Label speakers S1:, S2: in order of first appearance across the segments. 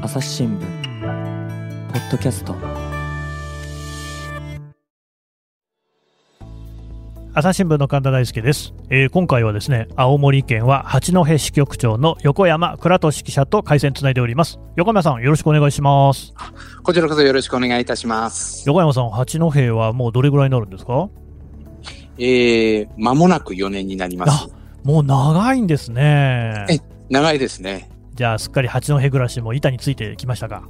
S1: 朝日新聞ポッドキャスト
S2: 朝日新聞の神田大輔です、えー今回はですね青森県は八戸支局長の横山倉俊記者と回線つないでおります横山さんよろしくお願いします
S3: こちらこそよろしくお願いいたします。
S2: 横山さん八戸はもうどれぐらいになるんですか
S3: えー、間もなく4年になります。
S2: もう長いんですね
S3: え長いですね。
S2: じゃあすっかり八戸暮らしも板についてきましたか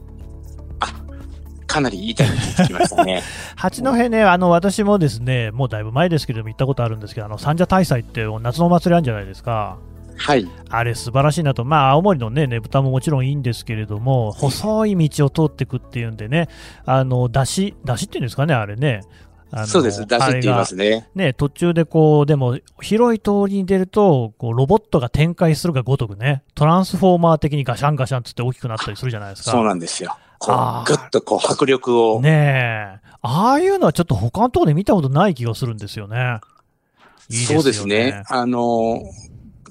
S3: かなりいいタイミングで聞きまし たね。
S2: 八戸ねあの私もですねもうだいぶ前ですけれども行ったことあるんですけどあの三社大祭って夏のお祭りあるんじゃないですか
S3: はい。
S2: あれ素晴らしいなと、まあ、青森のね、ねぶたももちろんいいんですけれども、細い道を通っていくっていうんでね、あの、だし、だしっていうんですかね、あれね。あの
S3: そうです。出しって言います。
S2: あれが
S3: ね。
S2: ね、途中でこう、でも、広い通りに出ると、こう、ロボットが展開するがごとくね、トランスフォーマー的にガシャンガシャンつって大きくなったりするじゃないですか。
S3: そうなんですよ。こ
S2: あ
S3: う、
S2: ー
S3: ぐっとこう、迫力を。
S2: ねえ。ああいうのはちょっと他のところで見たことない気がするんですよね。いいですよね。
S3: そうですね。。あのー、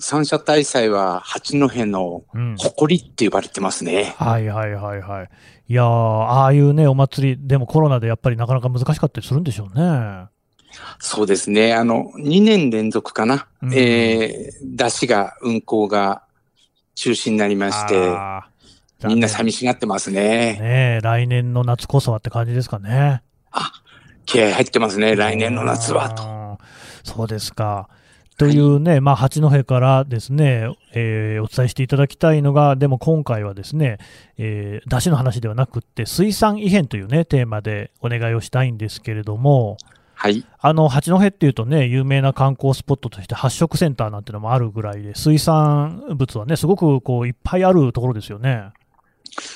S3: 三社大祭は八戸の
S2: うん。
S3: 誇りって呼ばれてますね。
S2: はいはいはいはい。いやー、ああいうね、お祭り、でもコロナでやっぱりなかなか難しかったりするんでしょうね。
S3: そうですね。あの、2年連続かな。
S2: うん
S3: えー、出しが、運行が中止になりまして、
S2: あー
S3: みんな寂しがってますね。
S2: ねえ、来年の夏こそはって感じですかね。
S3: 気合入ってますね、来年の夏はと。
S2: と。そうですか。というね、まあ、八戸からですね、えーお伝えしていただきたいのが、でも今回はですね、えー、出汁の話ではなくって、水産異変というね、テーマでお願いをしたいんですけれども、
S3: はい。
S2: あの八戸っていうとね、有名な観光スポットとして発色センターなんてのもあるぐらいで、水産物はね、すごくこういっぱいあるところですよね。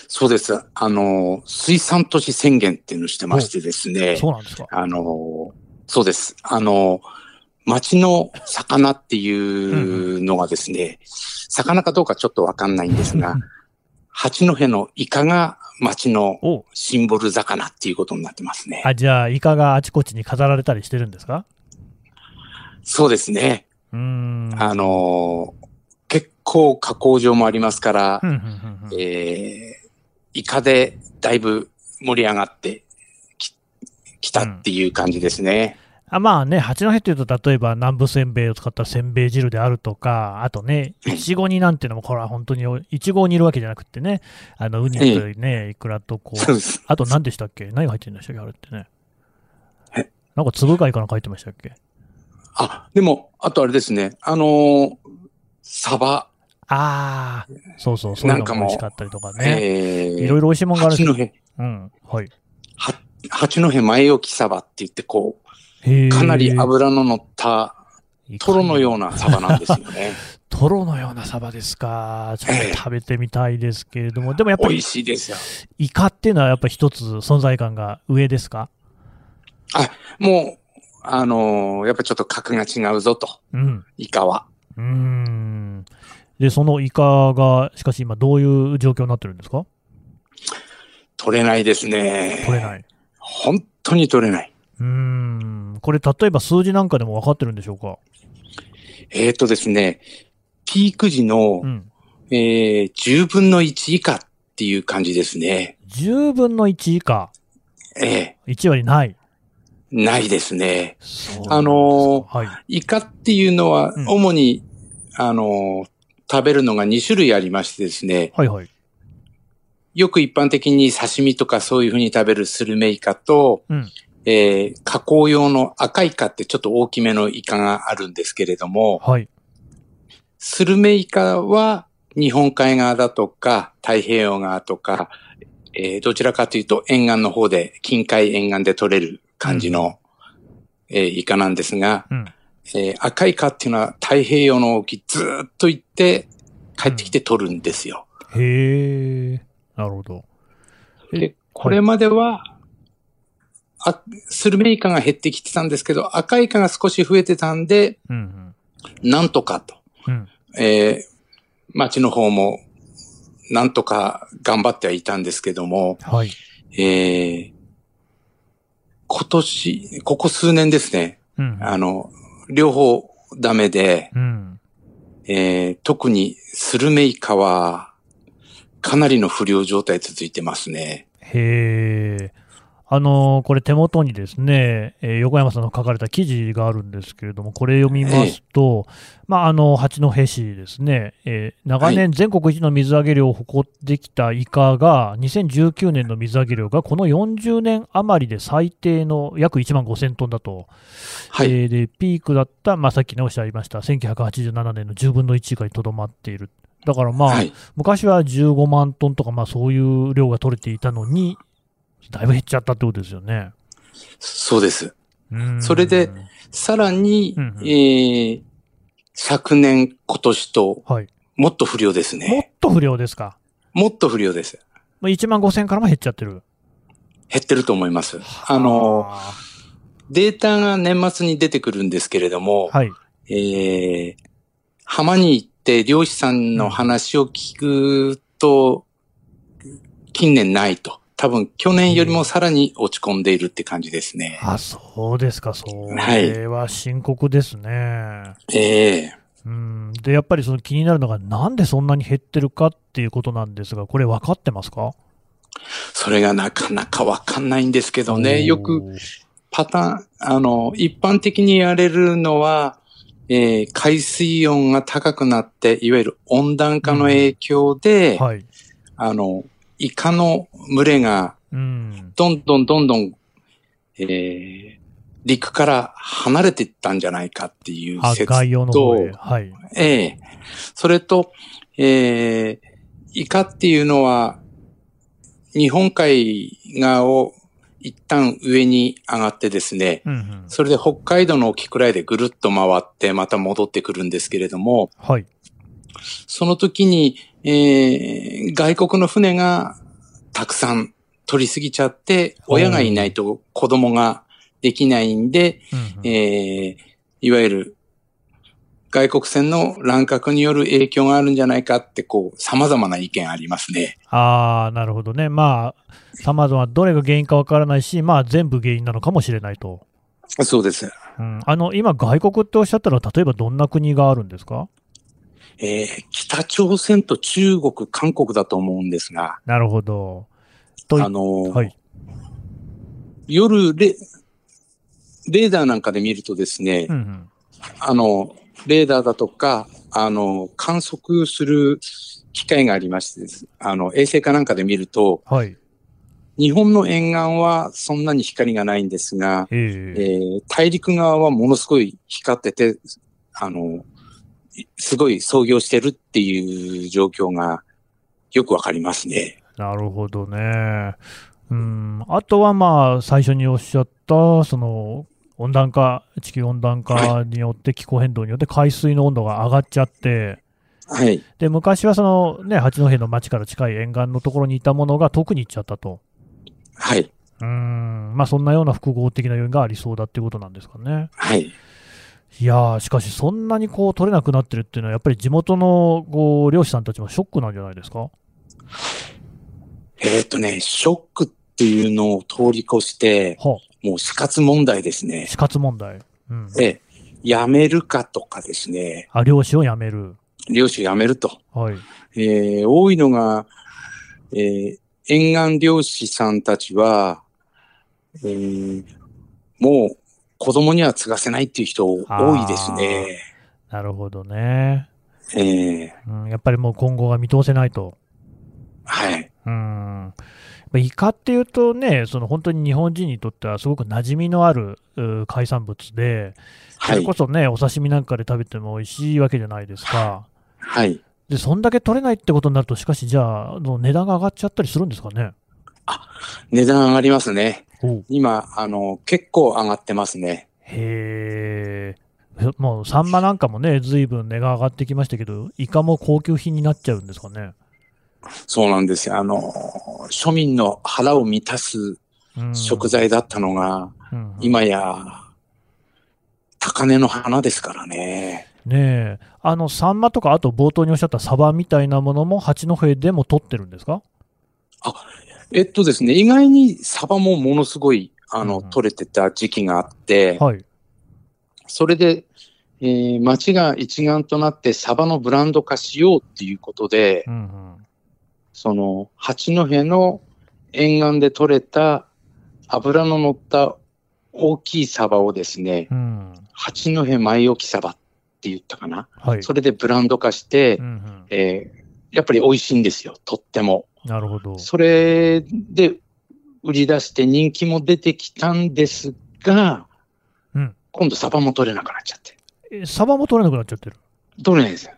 S3: そうです。あの、水産都市宣言っていうのをしてましてですね、
S2: そうなんですか。
S3: あの、そうです。あの、町の魚っていうのがですね、魚かどうかちょっとわかんないんですが、八戸のイカが町の
S2: お
S3: シンボル魚っていうことになってますね。
S2: あじゃあ、イカがあちこちに飾られたりしてるんですか
S3: そうですね。
S2: うーん。
S3: あの、結構加工場もありますから
S2: ふ、んふんふんふん
S3: えーイカでだいぶ盛り上がってききたっていう感じですね。
S2: あまあね、八戸っていうと、例えば南部せんべいを使ったせんべい汁であるとか、あとね、いちご煮なんていうのも、これは本当にお、いちご煮るわけじゃなくってね、あのウニとね、いくらとこ
S3: そう
S2: う、
S3: です。
S2: あと何でしたっけ何が入ってるんでしたっけあれってね。なんか粒貝かなんか入ってましたっけ
S3: あ、でも、あとあれですね。あのーサバ、
S2: ああ、そうそう、そういうのも美味しかったりとかね。
S3: えー
S2: いろいろ美味しいもんがあるんで
S3: 八
S2: すよ。
S3: 戸、
S2: うん。はい。
S3: は八戸前置きサバって言って、こ
S2: へ
S3: う、
S2: ー
S3: かなり脂の乗った、トロのようなサバなんですよね。
S2: トロのようなサバですか。ちょっ
S3: え
S2: と
S3: え
S2: 食べてみたいですけれども、 でもやっぱ
S3: 美
S2: り
S3: 味しいですよ。
S2: イカっていうのはやっぱ一つ存在感が上ですか
S3: もう、あのーやっぱちょっと格が違うぞと、
S2: うん。
S3: イカは。
S2: うーん。で、そのイカが、しかし今どういう状況になってるんですか
S3: 取れないですね。
S2: 取れない。
S3: 本当に取れない。
S2: うーん。これ例えば数字なんかでも分かってるんでしょうか
S3: えー、とですね、ピーク時の、
S2: うん。
S3: えー10分の1以下っていう感じですね。
S2: 10分の1以下、
S3: え
S2: 1割ない。
S3: ーないですね。
S2: そう
S3: あの
S2: はい。
S3: イカっていうのは
S2: うん、
S3: 主に、あのー食べるのが2種類ありましてですね、
S2: はいはい。
S3: よく一般的に刺身とかそういうふうに食べるスルメイカと、
S2: うん
S3: えー加工用の赤イカってちょっと大きめのイカがあるんですけれども、
S2: はい。
S3: スルメイカは日本海側だとか太平洋側とか、えーどちらかというと沿岸の方で、近海沿岸で取れる感じの、えーイカなんですが、
S2: うん。
S3: えー赤イカっていうのは太平洋の沖ずーっと行って帰ってきて取るんですよ。
S2: へえ。なるほど。うん
S3: で、これまでは、あスルメイカが減ってきてたんですけど、赤イカが少し増えてたんで、
S2: うん
S3: なんとかと。
S2: うん。うん。
S3: えー町の方も、なんとか頑張ってはいたんですけども、
S2: はい。
S3: えー今年、ここ数年ですね、
S2: うん。
S3: あの、両方ダメで、
S2: うん。
S3: えー特にスルメイカは、かなりの不良状態続いてますね。
S2: へえ。あのーこれ手元にですね、えー横山さんの書かれた記事があるんですけれども、これ読みますと、まあ、あの、八戸市ですね、えー長
S3: は
S2: 年全国一の水揚げ量を誇ってきたイカが、2019年の水揚げ量がこの40年余りで最低の約1万5000トンだと。
S3: はい。
S2: えーで、ピークだった、まあ、さっきね、おっしゃいました、1987年の10分の1以下にとどまっている。だからまあ、
S3: はい。
S2: 昔は15万トンとか、まあ、そういう量が取れていたのに、だいぶ減っちゃったってことですよね。
S3: そうです。
S2: うん
S3: それで、さらに、
S2: うんうん
S3: えー昨年、今年と、
S2: はい、
S3: もっと不良です
S2: もっ
S3: ね。
S2: と不良ですか。
S3: もっと不良です。
S2: まあ、1万5000からも減っちゃってる。
S3: 減ってると思います。あの、データが年末に出てくるんですけれども、
S2: はい。
S3: えー浜に行って漁師さんの話を聞くと、近年ないと。多分去年よりもさらに落ち込んでいるって感じですね。
S2: あ、そうですか、そ
S3: はい
S2: れは深刻ですね。
S3: ええ
S2: うん。で、やっぱりその気になるのが、なんでそんなに減ってるかっていうことなんですが、これ分かってますか
S3: それがなかなかわかんないんですけどね。よく、パターン、あの、一般的にやれるのは、えー海水温が高くなって、いわゆる温暖化の影響で、
S2: はい。
S3: あの、イカの群れが
S2: うん。
S3: どんどんどんどん、えー陸から離れていったんじゃないかっていう
S2: あ、
S3: 説
S2: 概要の方
S3: と
S2: へ。、はい。
S3: ええそれと、えーイカっていうのは、日本海側を一旦上に上がってですね、
S2: うんうん。
S3: それで北海道の沖くらいでぐるっと回ってまた戻ってくるんですけれども、
S2: はい。
S3: その時に、えー外国の船がたくさん取りすぎちゃって、
S2: おー
S3: 親がいないと子供ができないんで、
S2: うんうん
S3: えーいわゆる外国船の乱獲による影響があるんじゃないかって、こう、様々な意見ありますね。
S2: ああ、なるほどね。まあ、さまざまどれが原因かわからないし、まあ、全部原因なのかもしれないと。
S3: そうです。
S2: うん、あの、今、外国っておっしゃったのは、例えばどんな国があるんですか
S3: えー北朝鮮と中国、韓国だと思うんですが、
S2: なるほど。とい
S3: あのー
S2: はい。
S3: 夜レ、レーダーなんかで見るとですね、
S2: うんうん、
S3: あの、レーダーだとか、あの、観測する機会がありましてです、あの、衛星かなんかで見ると、
S2: はい。
S3: 日本の沿岸はそんなに光がないんですが、
S2: え
S3: え
S2: ー
S3: ー大陸側はものすごい光ってて、あの、いすごい操業してるっていう状況がよくわかりますね。
S2: なるほどね。うん、あとは、まあ、最初におっしゃった、その、温暖化、地球温暖化によって、気候変動によって海水の温度が上がっちゃって、
S3: はい。
S2: で昔はその、ね、八戸の町から近い沿岸のところにいたものが遠くに行っちゃったと。
S3: はい。
S2: うーん、まあそんなような複合的な要因がありそうだっていうことなんですかね。
S3: はい。
S2: いやー、しかしそんなにこう取れなくなってるっていうのは、やっぱり地元のこう漁師さんたちもショックなんじゃないですか。
S3: えーっ、とね、ショックっていうのを通り越して、
S2: は
S3: もう死活問題です
S2: あ、
S3: ね。
S2: 死活問題。うん。
S3: で、辞めるかとかですね、
S2: あ、漁師を辞める。
S3: 漁師を辞めると。
S2: はい。
S3: えー多いのが、えー沿岸漁師さんたちは、えーもう子供には継がせないっていう人多いですね。
S2: なるほどね。
S3: えー
S2: うん、やっぱりもう今後が見通せないと。
S3: はい。
S2: うん。まあイカっていうとね、その本当に日本人にとってはすごく馴染みのあるう海産物で、そ
S3: は
S2: れ
S3: い
S2: こ。そね、お刺身なんかで食べても美味しいわけじゃないですか。
S3: はい。
S2: で、そんだけ取れないってことになると、しかし、じゃあ、あの値段が上がっちゃったりするんですかね。
S3: 値段上がりますね。
S2: お
S3: 今、あの、結構上がってますね。
S2: へえ。もう、サンマなんかもね、ずいぶん値が上がってきましたけど、イカも高級品になっちゃうんですかね。
S3: そうなんですよ。あの、庶民の腹を満たす
S2: うん
S3: 食、材だったのが、
S2: うんうん
S3: 今や、高値の花ですからね。
S2: ねえ、あの、サンマとか、あと冒頭におっしゃったサバみたいなものも、八戸でも取ってるんですか
S3: えっとですね、意外にサバもものすごい、あの、
S2: うんうん
S3: 取れてた時期があって、
S2: はい。
S3: それで、えー町が一丸となってサバのブランド化しようっていうことで、
S2: うんうん
S3: その、八戸の沿岸で取れた脂の乗った大きいサバをですね、
S2: うん。
S3: 八戸前置きサバって言ったかな。
S2: はい。
S3: それでブランド化して、
S2: うんうん
S3: えーやっぱり美味しいんですよ、とっても。
S2: なるほど。
S3: それで売り出して人気も出てきたんですが、
S2: うん
S3: 今度サバも取れなくなっちゃって。
S2: えサバも取れなくなっちゃってる。
S3: 取れないですよ。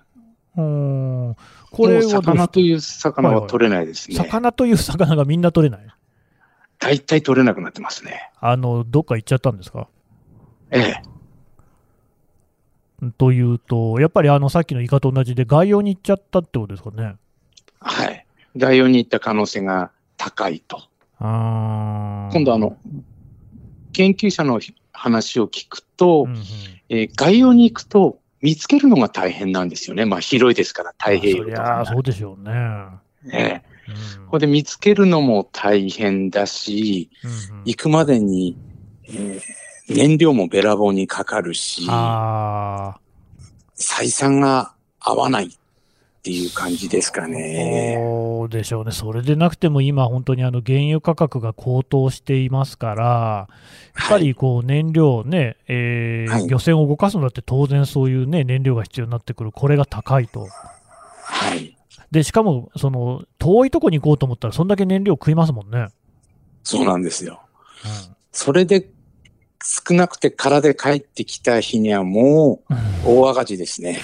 S2: うーん。これは
S3: もう魚と
S2: う
S3: いう魚
S2: はい
S3: は
S2: はい
S3: 取れないです
S2: して
S3: ね。
S2: 魚という魚がみんな取れない。
S3: 大体取れなくなってますね。
S2: あの、どっか行っちゃったんですか
S3: ええ。
S2: というと、やっぱりあの、さっきのイカと同じで外洋に行っちゃったってことですかね。
S3: はい。外洋に行った可能性が高いと。
S2: あー
S3: 今度あ、の、研究者の話を聞くと、
S2: うんうん
S3: えー外洋に行くと見つけるのが大変なんですよね。まあ広いですから、太平洋
S2: そり
S3: と
S2: ゃあ
S3: か
S2: そうでしょうね。
S3: ね。ええ
S2: うん
S3: ここで見つけるのも大変だし、
S2: うんうん
S3: 行くまでに、えー燃料もべらぼうにかかるし、
S2: ああ。
S3: 採算が合わないっていう感じですかね。
S2: そうでしょうね、それでなくても今、本当にあの原油価格が高騰していますから、やっぱりこう燃料ね、えー
S3: はい
S2: 漁船を動かすのだって当然そういう、ね、燃料が必要になってくる、これが高いと、
S3: はい。
S2: でしかもその遠いとこに行こうと思ったら、そんだけ燃料食いますもんね。
S3: そうなんですよ。それで少なくて空で帰ってきた日にはも
S2: うん
S3: う大赤字ですね。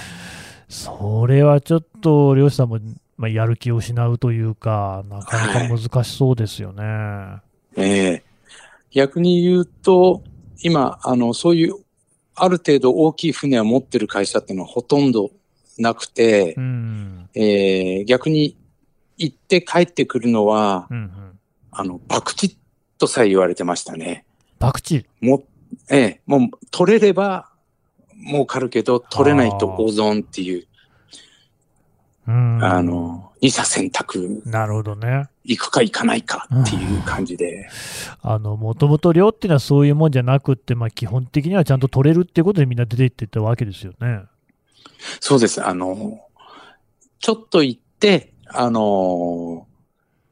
S2: それはちょっと漁師さんも、まあ、やる気を失うというか、なかなか難しそうですよね。
S3: ええ逆に言うと、今、あの、そういう、ある程度大きい船を持ってる会社っていうのはほとんどなくて、
S2: うん
S3: えー逆に行って帰ってくるのは、
S2: うんうん、
S3: あの、博打とさえ言われてましたね。
S2: 博打
S3: も、ええもう取れれば儲かるけど、取れないと大損っていう、
S2: うん
S3: あの、二者選択、
S2: なるほどね。
S3: 行くか行かないかっていう感じで、
S2: あの、もともと漁っていうのはそういうもんじゃなくって、まあ基本的にはちゃんと取れるっていうことでみんな出ていってったわけですよね。
S3: そうです、あの、ちょっと行って、あの、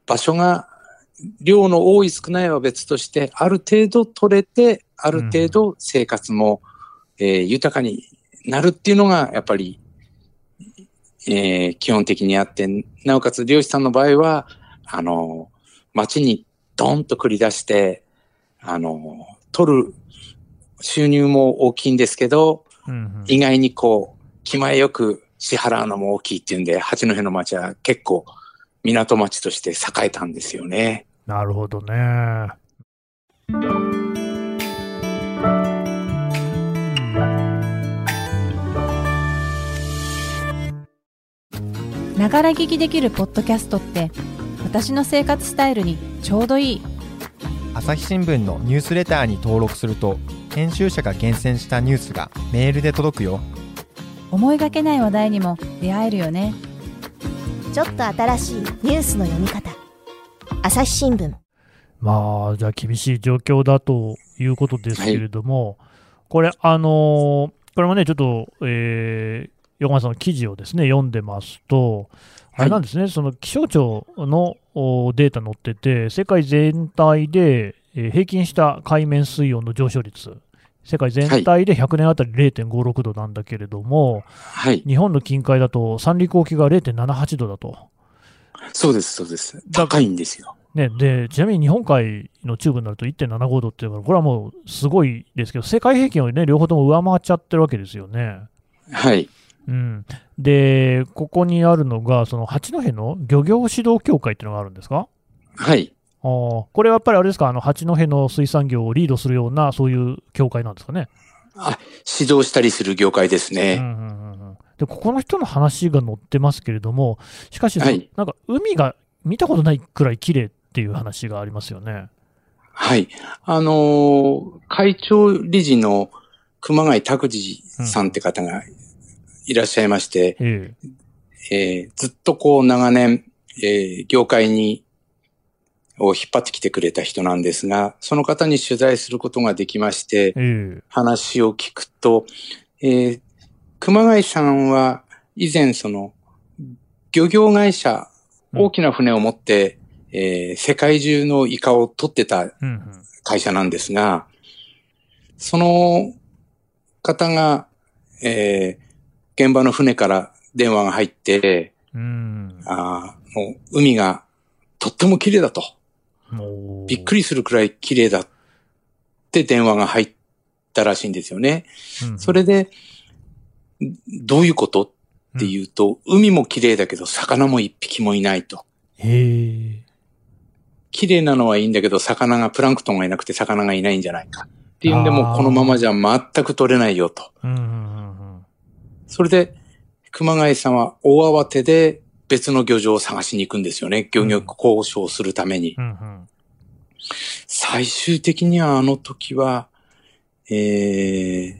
S3: 場所が、量の多い少ないは別として、ある程度取れて、ある程度生活も、えー豊かになるっていうのが、やっぱり、えー基本的にあって、なおかつ漁師さんの場合は、あの、町にドンと繰り出して、あの、取る収入も大きいんですけど、
S2: うん
S3: 意外にこう、気前よく支払うのも大きいっていうんで、八戸の町は結構港町として栄えたんですよね。
S2: なるほどね。
S4: ながら聞きできるポッドキャストって私の生活スタイルにちょうどいい
S5: 朝日新聞のニュースレターに登録すると編集者が厳選したニュースがメールで届くよ
S4: 思いがけない話題にも出会えるよね
S6: ちょっと新しいニュースの読み方朝日新聞
S2: まあ、じゃあ厳しい状況だということですけれども、これ、あのーこれもね、ちょっと、えー、横山さんの記事をですね、読んでますと、あれなんですね、その気象庁のおデータ載ってて、世界全体で、えー平均した海面水温の上昇率、世界全体で100年あたり0.56度なんだけれども、
S3: はい。
S2: 日本の近海だと三陸沖が0.78度だと。
S3: そうです、そうです。
S2: だ
S3: 高いんですよ。
S2: ね、でちなみに日本海の中部になると1.75度っていうから、これはもうすごいですけど、世界平均を、ね、両方とも上回っちゃってるわけですよね。
S3: はい。
S2: うん、で、ここにあるのが、その八戸の漁業指導協会っていうのがあるんですか
S3: はい。
S2: あーこれはやっぱりあれですか、あの八戸の水産業をリードするような、そういう協会なんですかね。
S3: 指導したりする業界です
S2: う
S3: ね。
S2: んうんうんうんで、ここの人の話が載ってますけれども、しかし、
S3: はい
S2: なんか海が見たことないくらい綺麗っていう話がありますよね。
S3: はい。あのー会長理事の熊谷拓司さんって方がいらっしゃいまして、
S2: ええ
S3: えーずっとこう長年、えー業界に、を引っ張ってきてくれた人なんですが、その方に取材することができまして、
S2: え
S3: 話を聞くと、えー熊谷さんは以前その漁業会社
S2: えうん
S3: 大きな船を持って、えー世界中のイカを取ってた
S2: うんうん
S3: 会社なんですが、その方が、えー現場の船から電話が入って、
S2: うん
S3: あーもう海がとっても綺麗だと。
S2: もう
S3: びっくりするくらい綺麗だって電話が入ったらしいんですよね。
S2: うん
S3: それで、どういうことっていうと、海も綺麗だけど魚も一匹もいないと。
S2: へえ。
S3: 綺麗なのはいいんだけど、魚が、プランクトンがいなくて魚がいないんじゃないか。っていうんで、
S2: あー
S3: もうこのままじゃ全く取れないよと。
S2: うんうん
S3: それで、熊谷さんは大慌てで別の漁場を探しに行くんですよね。漁業交渉するために。
S2: うんうんうん
S3: 最終的にはあの時は、えー、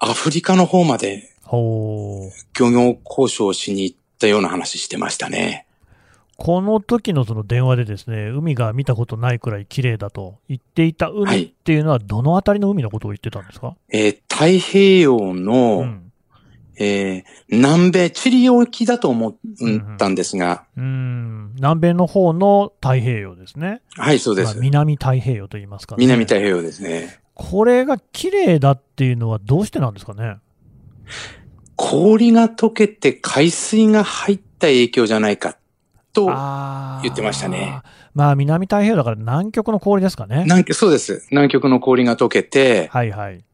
S3: アフリカの方まで
S2: ほう
S3: 漁業交渉をしに行ったような話してましたね。
S2: この時のその電話でですね、海が見たことないくらい綺麗だと言っていた
S3: は
S2: 海っ
S3: い
S2: ていうのは、どのあたりの海のことを言ってたんですか、
S3: えー太平洋の、
S2: うん、
S3: えー南米、チリ沖だと思ったんですが、
S2: うん、南米の方の太平洋ですね。
S3: はい、そうで
S2: まあ
S3: す。
S2: 南太平洋と言いますか、ね。
S3: 南太平洋ですね。
S2: これが綺麗だっていうのはどうしてなんですかね。
S3: 氷が溶けて海水が入った影響じゃないかと、
S2: あー
S3: 言ってましたね。
S2: まあ南太平洋だから南極の氷ですかね。
S3: 南極そうです。南極の氷が溶けて、
S2: はいはい。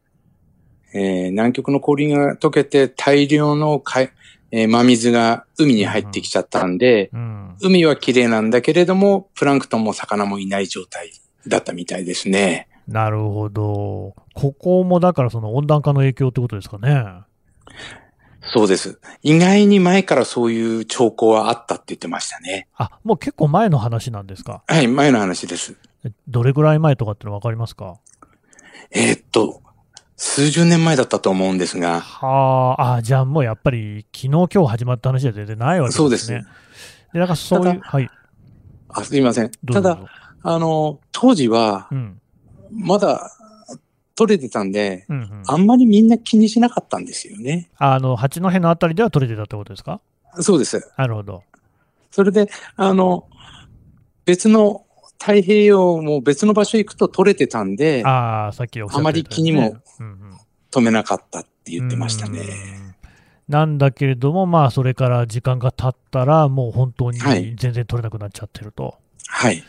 S3: えー南極の氷が溶けて大量の海、えー真水が海に入ってきちゃったんで、
S2: うん、
S3: 海は綺麗なんだけれども、プランクトンも魚もいない状態だったみたいですね。
S2: なるほど。ここもだからその温暖化の影響ってことですかね。
S3: そうです。意外に前からそういう兆候はあったって言ってましたね。
S2: あ、もう結構前の話なんですか。
S3: はい、前の話です。
S2: えどれぐらい前とかっての分かりますか
S3: えーっと、数十年前だったと思うんですが、
S2: はあ、あじゃあもうやっぱり昨日今日始まった話では全然ないわけですね。
S3: そうですね。
S2: で、なんかそうい
S3: た
S2: う、
S3: だ
S2: はい。
S3: あすいません。
S2: ど
S3: た
S2: うぞどう
S3: だ
S2: ぞ、、
S3: あの、当時は
S2: う、ん。
S3: まだ取れてたんで、
S2: うんうん、
S3: あんまりみんな気にしなかったんですよね。
S2: あの、八戸のあたりでは取れてたってことですか
S3: そうです。
S2: なるほど。
S3: それで、あの、別の太平洋も別の場所行くと取れてたんで、
S2: ああ、さっきおっしゃってた
S3: あまり気にも
S2: うんうん
S3: 止めなかったって言ってましたね。
S2: うんなんだけれども、まあ、それから時間が経ったら、もう本当に
S3: はい
S2: 全然取れなくなっちゃってると。
S3: はい。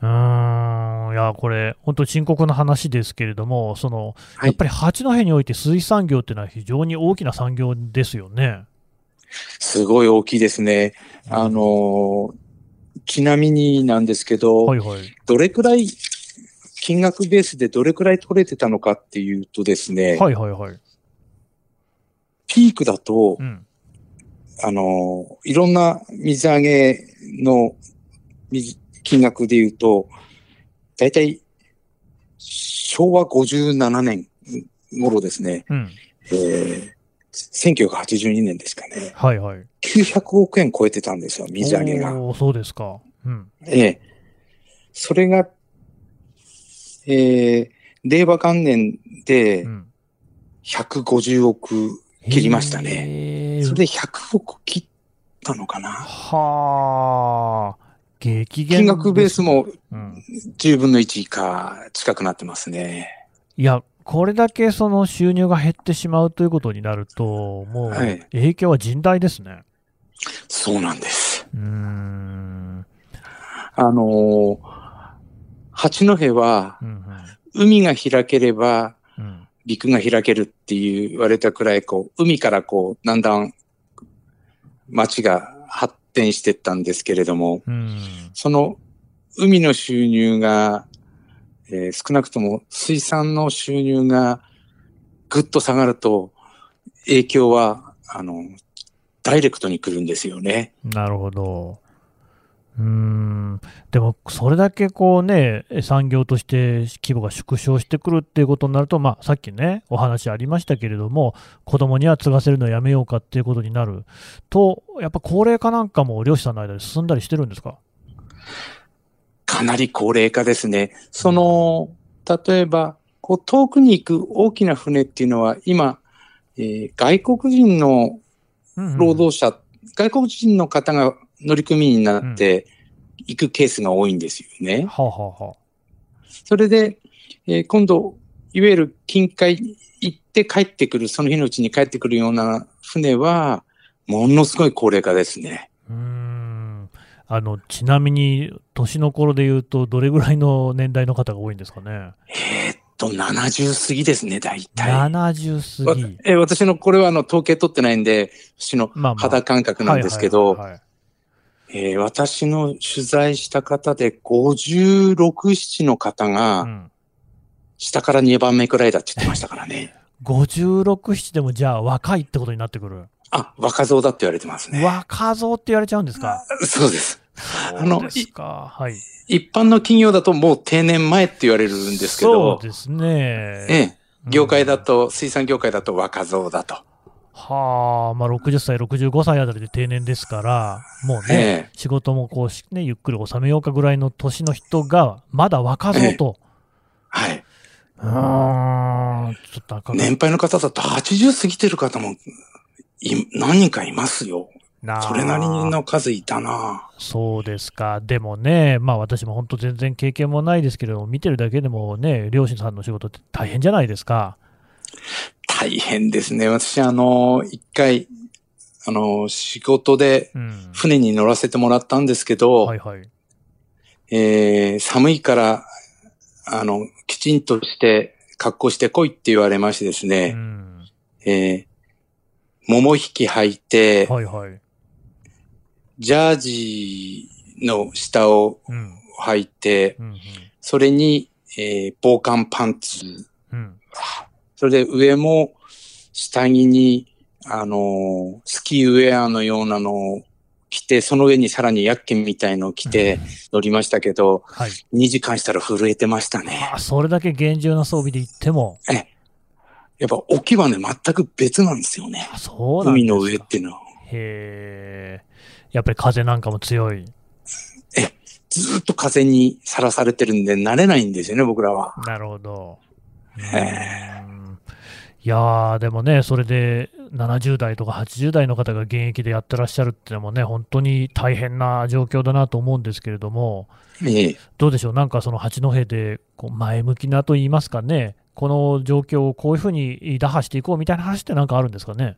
S2: うーんいや、これ、本当に深刻な話ですけれども、その
S3: はい
S2: やっぱり八戸において水産業っていうのは非常に大きな産業ですよね。
S3: すごい大きいですね。あの、ちなみになんですけど、
S2: はいはい。
S3: どれくらい、金額ベースでどれくらい取れてたのかっていうとですね、
S2: はいはいはい。
S3: ピークだと
S2: う、ん。
S3: あの、いろんな水揚げの水金額で言うと、だいたい昭和57年頃ですね、
S2: うん。
S3: えー、1982年ですかね、
S2: はいはい。
S3: 900億円超えてたんですよ、水揚げが。
S2: おーそうですか。うん。
S3: ええそれが、えー、令和元年で
S2: うん、
S3: 150億、切りました
S2: ね
S3: それで100億切ったのかな。
S2: はあ。激減。
S3: 金額ベース。も
S2: うん。
S3: 10分の1以下近くなってますね。
S2: いや、これだけその収入が減ってしまうということになると、もう
S3: はい
S2: 影響は甚大ですね。
S3: そうなんです。
S2: うーん。
S3: あのー八戸は
S2: うんうん。
S3: 海が開ければ
S2: うん。
S3: 陸が開けるって言われたくらい、こう、海からこう、だんだん町が発展してったんですけれども、
S2: うん。
S3: その海の収入が、えー少なくとも水産の収入がぐっと下がると、影響は、あの、ダイレクトに来るんですよね。
S2: なるほど。うーん。でも、それだけこうね、産業として規模が縮小してくるっていうことになると、まあ、さっきね、お話ありましたけれども、子供には継がせるのはやめようかっていうことになると、やっぱ高齢化なんかも漁師さんの間で進んだりしてるんですか
S3: かなり高齢化ですね。その、例えば、こう遠くに行く大きな船っていうのは今、えー外国人の労働者外国人の方が乗組員になって行くケースが多いんですよね。
S2: はあ、はあは
S3: それで、えー今度、いわゆる近海行って帰ってくる、その日のうちに帰ってくるような船は、ものすごい高齢化ですね。
S2: あ、うーんあのちなみに、年の頃で言うと、どれぐらいの年代の方が多いんですかね。
S3: えーっと、70過ぎですね、大体。
S2: 70過
S3: わ
S2: ぎ。
S3: えー私の、これはあの、統計取ってないんで、私の
S2: まあまあ
S3: 肌感覚なんですけ
S2: は
S3: ど
S2: い、はいはいはい
S3: えー私の取材した方で56、7の方
S2: う
S3: が、
S2: ん、
S3: 下から2番目くらいだって言ってましたから ね。
S2: 56、7でもじゃあ若いってことになってくる。
S3: あ、若造だって言われてますね。
S2: 若造って言われちゃうんですか。
S3: そうです。あの
S2: そうですか。はい。
S3: 一般の企業だともう定年前って言われるんですけど
S2: そう、ですね。
S3: ええ、業界だ
S2: と
S3: と、水産業界だと若造だと。
S2: はあ、まあ、60歳、65歳あたりで定年ですから、もうね、
S3: ええ、
S2: 仕事もこうし、ね、ゆっくり収めようかぐらいの年の人が、まだ若造と、
S3: はい。
S2: うーん、ちょっと赤が
S3: 年配の方だと80過ぎてる方も、い何人かいますよ。
S2: なあ
S3: それなりの数いたな
S2: そうですか、でもね、まあ、私も本当、全然経験もないですけれども、見てるだけでもね、漁師さんの仕事って大変じゃないですか。
S3: 大変ですね。私、あの、一回、あの、仕事で
S2: うん、
S3: 船に乗らせてもらったんですけど、
S2: はいはい、
S3: えー寒いから、あの、きちんとして、格好してこいって言われましてですね、
S2: うん、
S3: えー、桃引き履いて、
S2: はいはい、
S3: ジャージの下を
S2: うん、
S3: 履いて、
S2: うん、うん
S3: それに、えー防寒パンツ、
S2: うん、
S3: それで上も下着に、あのースキーウェアのようなのを着て、その上にさらにヤッケンみたいのを着て乗りましたけど、
S2: はい。
S3: 2時間したら震えてましたね
S2: ま。あ、それだけ厳重な装備で行っても、
S3: やっぱ沖はね、全く別なんですよね。
S2: あそうなんで
S3: 海
S2: すか
S3: の上っていうのは。
S2: へえ。やっぱり風なんかも強い。
S3: ずーっと風にさらされてるんで慣れないんですよね、僕らは。
S2: なるほど。う
S3: え
S2: ーんいやー、でもね、それで70代とか80代の方が現役でやってらっしゃるってのもね、本当に大変な状況だなと思うんですけれども、
S3: ええ
S2: どうでしょう、なんかその八戸でこう前向きなと言いますかね、この状況をこういうふうに打破していこうみたいな話ってなんかあるんですかね。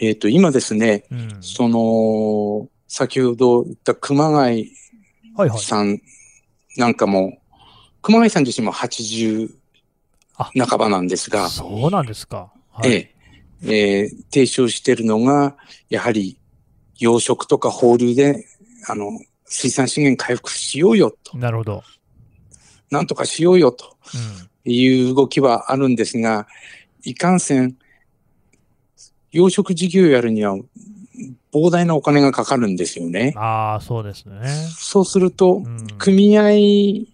S3: えっ、と、今ですね、
S2: うん、
S3: その、先ほど言った熊谷
S2: はいはい。
S3: さんなんかも、熊谷さん自身も80
S2: あ
S3: 半ばなんですが、
S2: そうなんですか。はい、
S3: えええー提唱しているのが、やはり養殖とか放流で、あの、水産資源回復しようよと、
S2: なるほど。
S3: なんとかしようよと
S2: うん
S3: いう動きはあるんですが、いかんせん、養殖事業やるには膨大なお金がかかるんですよね。
S2: ああ、そうですね。
S3: そうすると
S2: う、ん
S3: 組合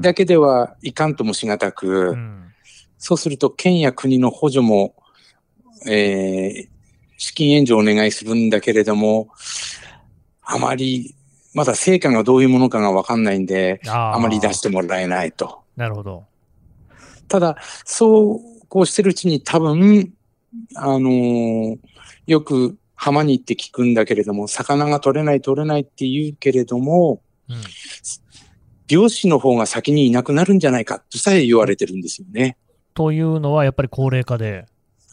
S3: だけではいかんともしがたく、
S2: うん
S3: そうすると県や国の補助も、えー資金援助をお願いするんだけれども、あまり、まだ成果がどういうものかがわかんないんで、
S2: あ。
S3: あまり出しててもらえないと。
S2: なるほど。
S3: ただ、そうこうしてるうちに多分、あのーよく浜に行って聞くんだけれども、魚が取れない取れないって言うけれども、
S2: うん
S3: 漁師の方が先にいなくなるんじゃないかとさえ言われてるんですよね。
S2: というのは、やっぱり高齢化で。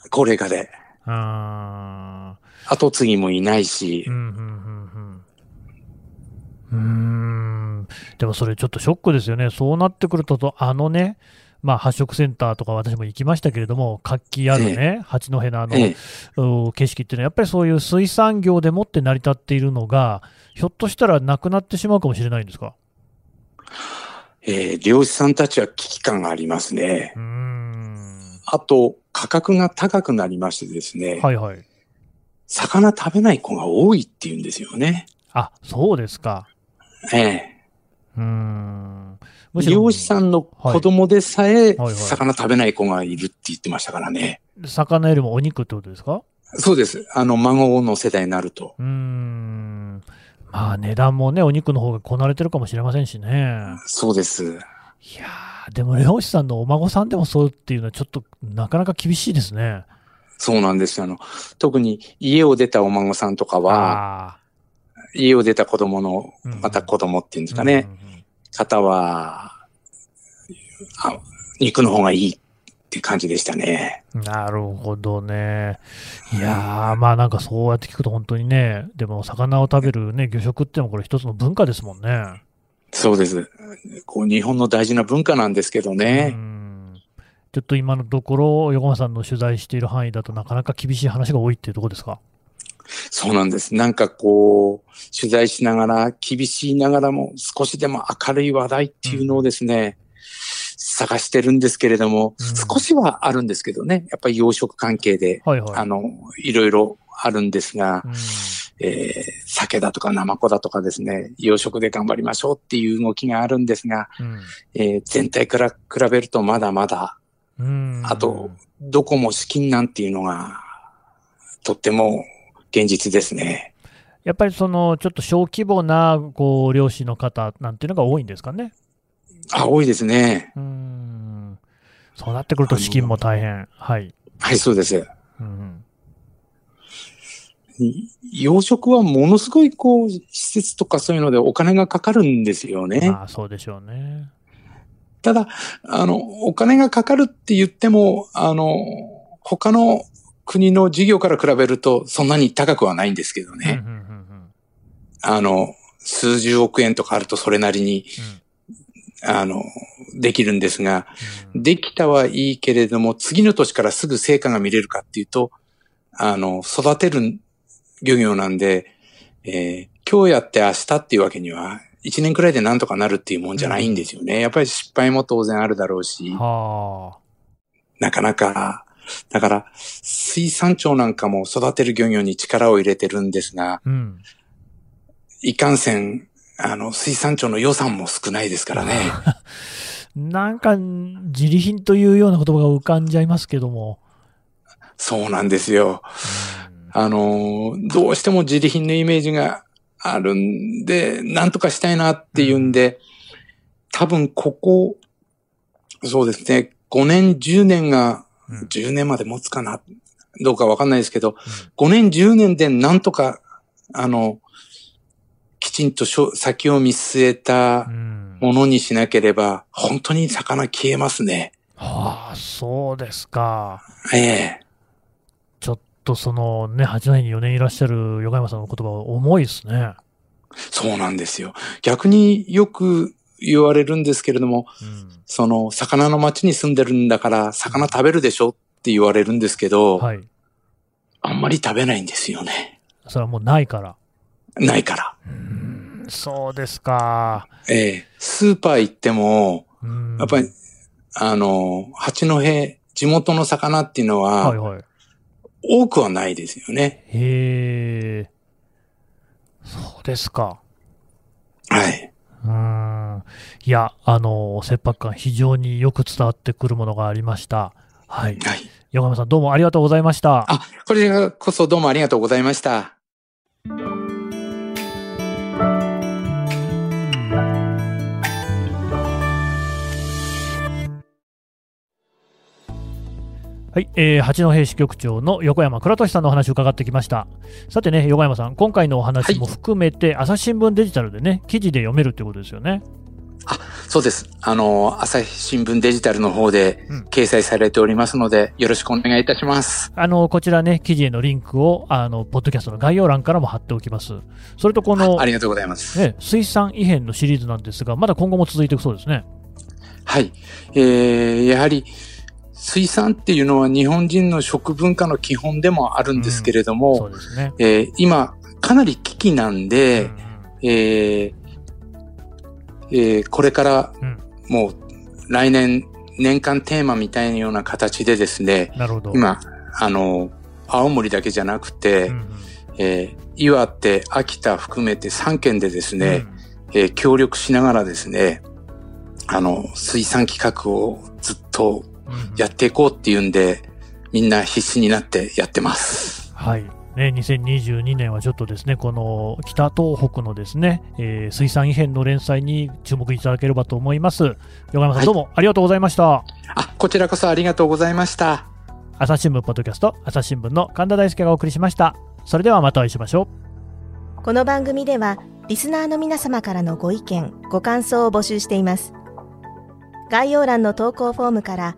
S3: 高齢化で。
S2: うーん。
S3: 後継ぎもいないし
S2: うん、う、ん、うん、うん。うーん。でもそれちょっとショックですよね。そうなってくると、あのね、まあ、発色センターとか私も行きましたけれども、活気あるね、八戸のあの、
S3: ええ
S2: うん景色っていうのは、やっぱりそういう水産業でもって成り立っているのが、ひょっとしたらなくなってしまうかもしれないんですか。
S3: えー漁師さんたちは危機感がありますね
S2: う。ーん。
S3: あと、価格が高くなりましてですね、
S2: はいはい。
S3: 魚食べない子が多いっていうんですよね。
S2: あ、そうですか。
S3: ええ
S2: うーん。
S3: 漁師さんの子供でさえ
S2: はい、
S3: 魚食べない子がいるって言ってましたからね。
S2: 魚よりもお肉ってことですか
S3: そうです。あの、孫の世代になると。
S2: うーん。まあ値段もね、お肉の方がこなれてるかもしれませんしね。い
S3: そうです。
S2: やー、でも漁師さんのお孫さんでもそうっていうのはちょっとなかなか厳しいですね。
S3: そうなんですよ。あの、特に家を出たお孫さんとかは、
S2: あ
S3: 家を出た子供の、
S2: うん
S3: また子供っていうんです
S2: ー
S3: かね、。方は、あ肉の方がいいって感じでしたね。
S2: うんなるほどね。いやー、まあなんかそうやって聞くと本当にね、でも魚を食べるね、魚食ってのもこれ一つの文化ですもんね。
S3: そうです。こう日本の大事な文化なんですけど
S2: う
S3: ね。
S2: んちょっと今のところ、横間さんの取材している範囲だとなかなか厳しい話が多いっていうところですか。
S3: そうなんです。なんかこう、取材しながら、厳しいながらも少しでも明るい話題っていうのをですね、探してるんですけれども、
S2: うん
S3: 少しはあるんですけどね。やっぱり養殖関係で、
S2: はいはい。
S3: あの、いろいろあるんですが
S2: う、ん
S3: えー酒だとかナマコだとかですね、養殖で頑張りましょうっていう動きがあるんですが、えー全体から比べるとまだまだ、
S2: うんうん
S3: あと、どこも資金なんていうのが、とっても現実ですね。
S2: やっぱりそのちょっと小規模なこう漁師の方なんていうのが多いんですかね。
S3: あ、多いですね。
S2: うんそうなってくると資金も大変。はい。
S3: はい、そうです。
S2: うん
S3: い養殖はものすごいこう、施設とかそういうのでお金がかかるんですよね。
S2: まあそうでしょうね。
S3: ただ、あの、お金がかかるって言っても、あの、他の国の事業から比べるとそんなに高くはないんですけどね。
S2: うんうんうんうん
S3: あの、数十億円とかあるとそれなりに、あの、できるんですが、
S2: うん
S3: できたはいいけれども、次の年からすぐ成果が見れるかっていうと、あの、育てる漁業なんで、えー今日やって明日っていうわけには、一年くらいでなんとかなるっていうもんじゃないんですよね。やっぱり失敗も当然あるだろうし、
S2: は
S3: なかなか、だから、水産庁なんかも育てる漁業に力を入れてるんですが、
S2: あ。うん。
S3: いかんせん、あの、水産庁の予算も少ないです からね。
S2: なんか、自利品というような言葉が浮かんじゃいますけども。
S3: そうなんですよ。
S2: うん
S3: あのーどうしても自利品のイメージがあるんで、なんとかしたいなっていうんで、多分ここ、そうですね、5年、10年が、
S2: うん
S3: 10年まで持つかな、どうかわかんないですけど、5年、10年でなんとか、あの、きちんとしょ先を見据えた
S2: うん
S3: ものにしなければ、本当に魚消えますね。
S2: はあ、そうですか。
S3: ええ
S2: ちょっとそのね、8年に4年いらっしゃる横山さんの言葉は重いですね。
S3: そうなんですよ。逆によく言われるんですけれども、その、魚の町に住んでるんだから、魚食べるでしょって言われるんですけど、
S2: はい。
S3: あんまり食べないんですよね。
S2: それはもうないから。
S3: ないから。
S2: そうですか。
S3: ええスーパー行っても、
S2: うん
S3: やっぱり、あの、八戸、地元の魚っていうの
S2: はい
S3: は、
S2: はい。
S3: 多くはないですよね。
S2: へえ。そうですか。
S3: はい。
S2: うん。いや、あの、切迫感非常によく伝わってくるものがありました。はい。
S3: はい。
S2: 横山さんどうもありがとうございました。
S3: あ、これこそどうもありがとうございました。
S2: はい、えー八戸支局長の横山倉俊さんのお話を伺ってきました。さてね、横山さん、今回のお話も含めて、朝日新聞デジタルでね、記事で読めるということですよね。
S3: そうです。あの、朝日新聞デジタルの方で
S5: うん
S3: 掲載されておりますので、よろしくお願いいたします。
S2: あのこちらね、記事へのリンクをあの、ポッドキャストの概要欄からも貼っておきます。それと、この
S3: あ、りがとうございます。
S2: ね、水産異変のシリーズなんですが、まだ今後も続いていくそうですね。
S3: はい。えーやはり、水産っていうのは日本人の食文化の基本でもあるんですけれど
S2: そ
S3: も、
S2: うですね。
S3: えー今、かなり危機なんで、えーえーこれから
S2: うん、
S3: もう、来年、年間テーマみたいなような形でですね、
S2: うんなるほど。
S3: 今、あの、青森だけじゃなくて、
S2: うんうん
S3: えー岩手、秋田含めて3県でですね、えー協力しながらですね、あの、水産企画をずっと
S2: うんうん
S3: やっていこうっていうんで、みんな必死になってやってます。
S2: はい。ね、2022年はちょっとですね、この北東北のですね、えー水産異変の連載に注目いただければと思います。横山さん、
S3: はい
S2: どうもありがとうございました。
S3: あ、こちらこそありがとうございました。
S2: 朝日新聞ポッドキャスト朝日新聞の神田大輔がお送りしましたそれではまたお会いしましょう
S6: この番組ではリスナーの皆様からのご意見ご感想を募集しています概要欄の投稿フォームから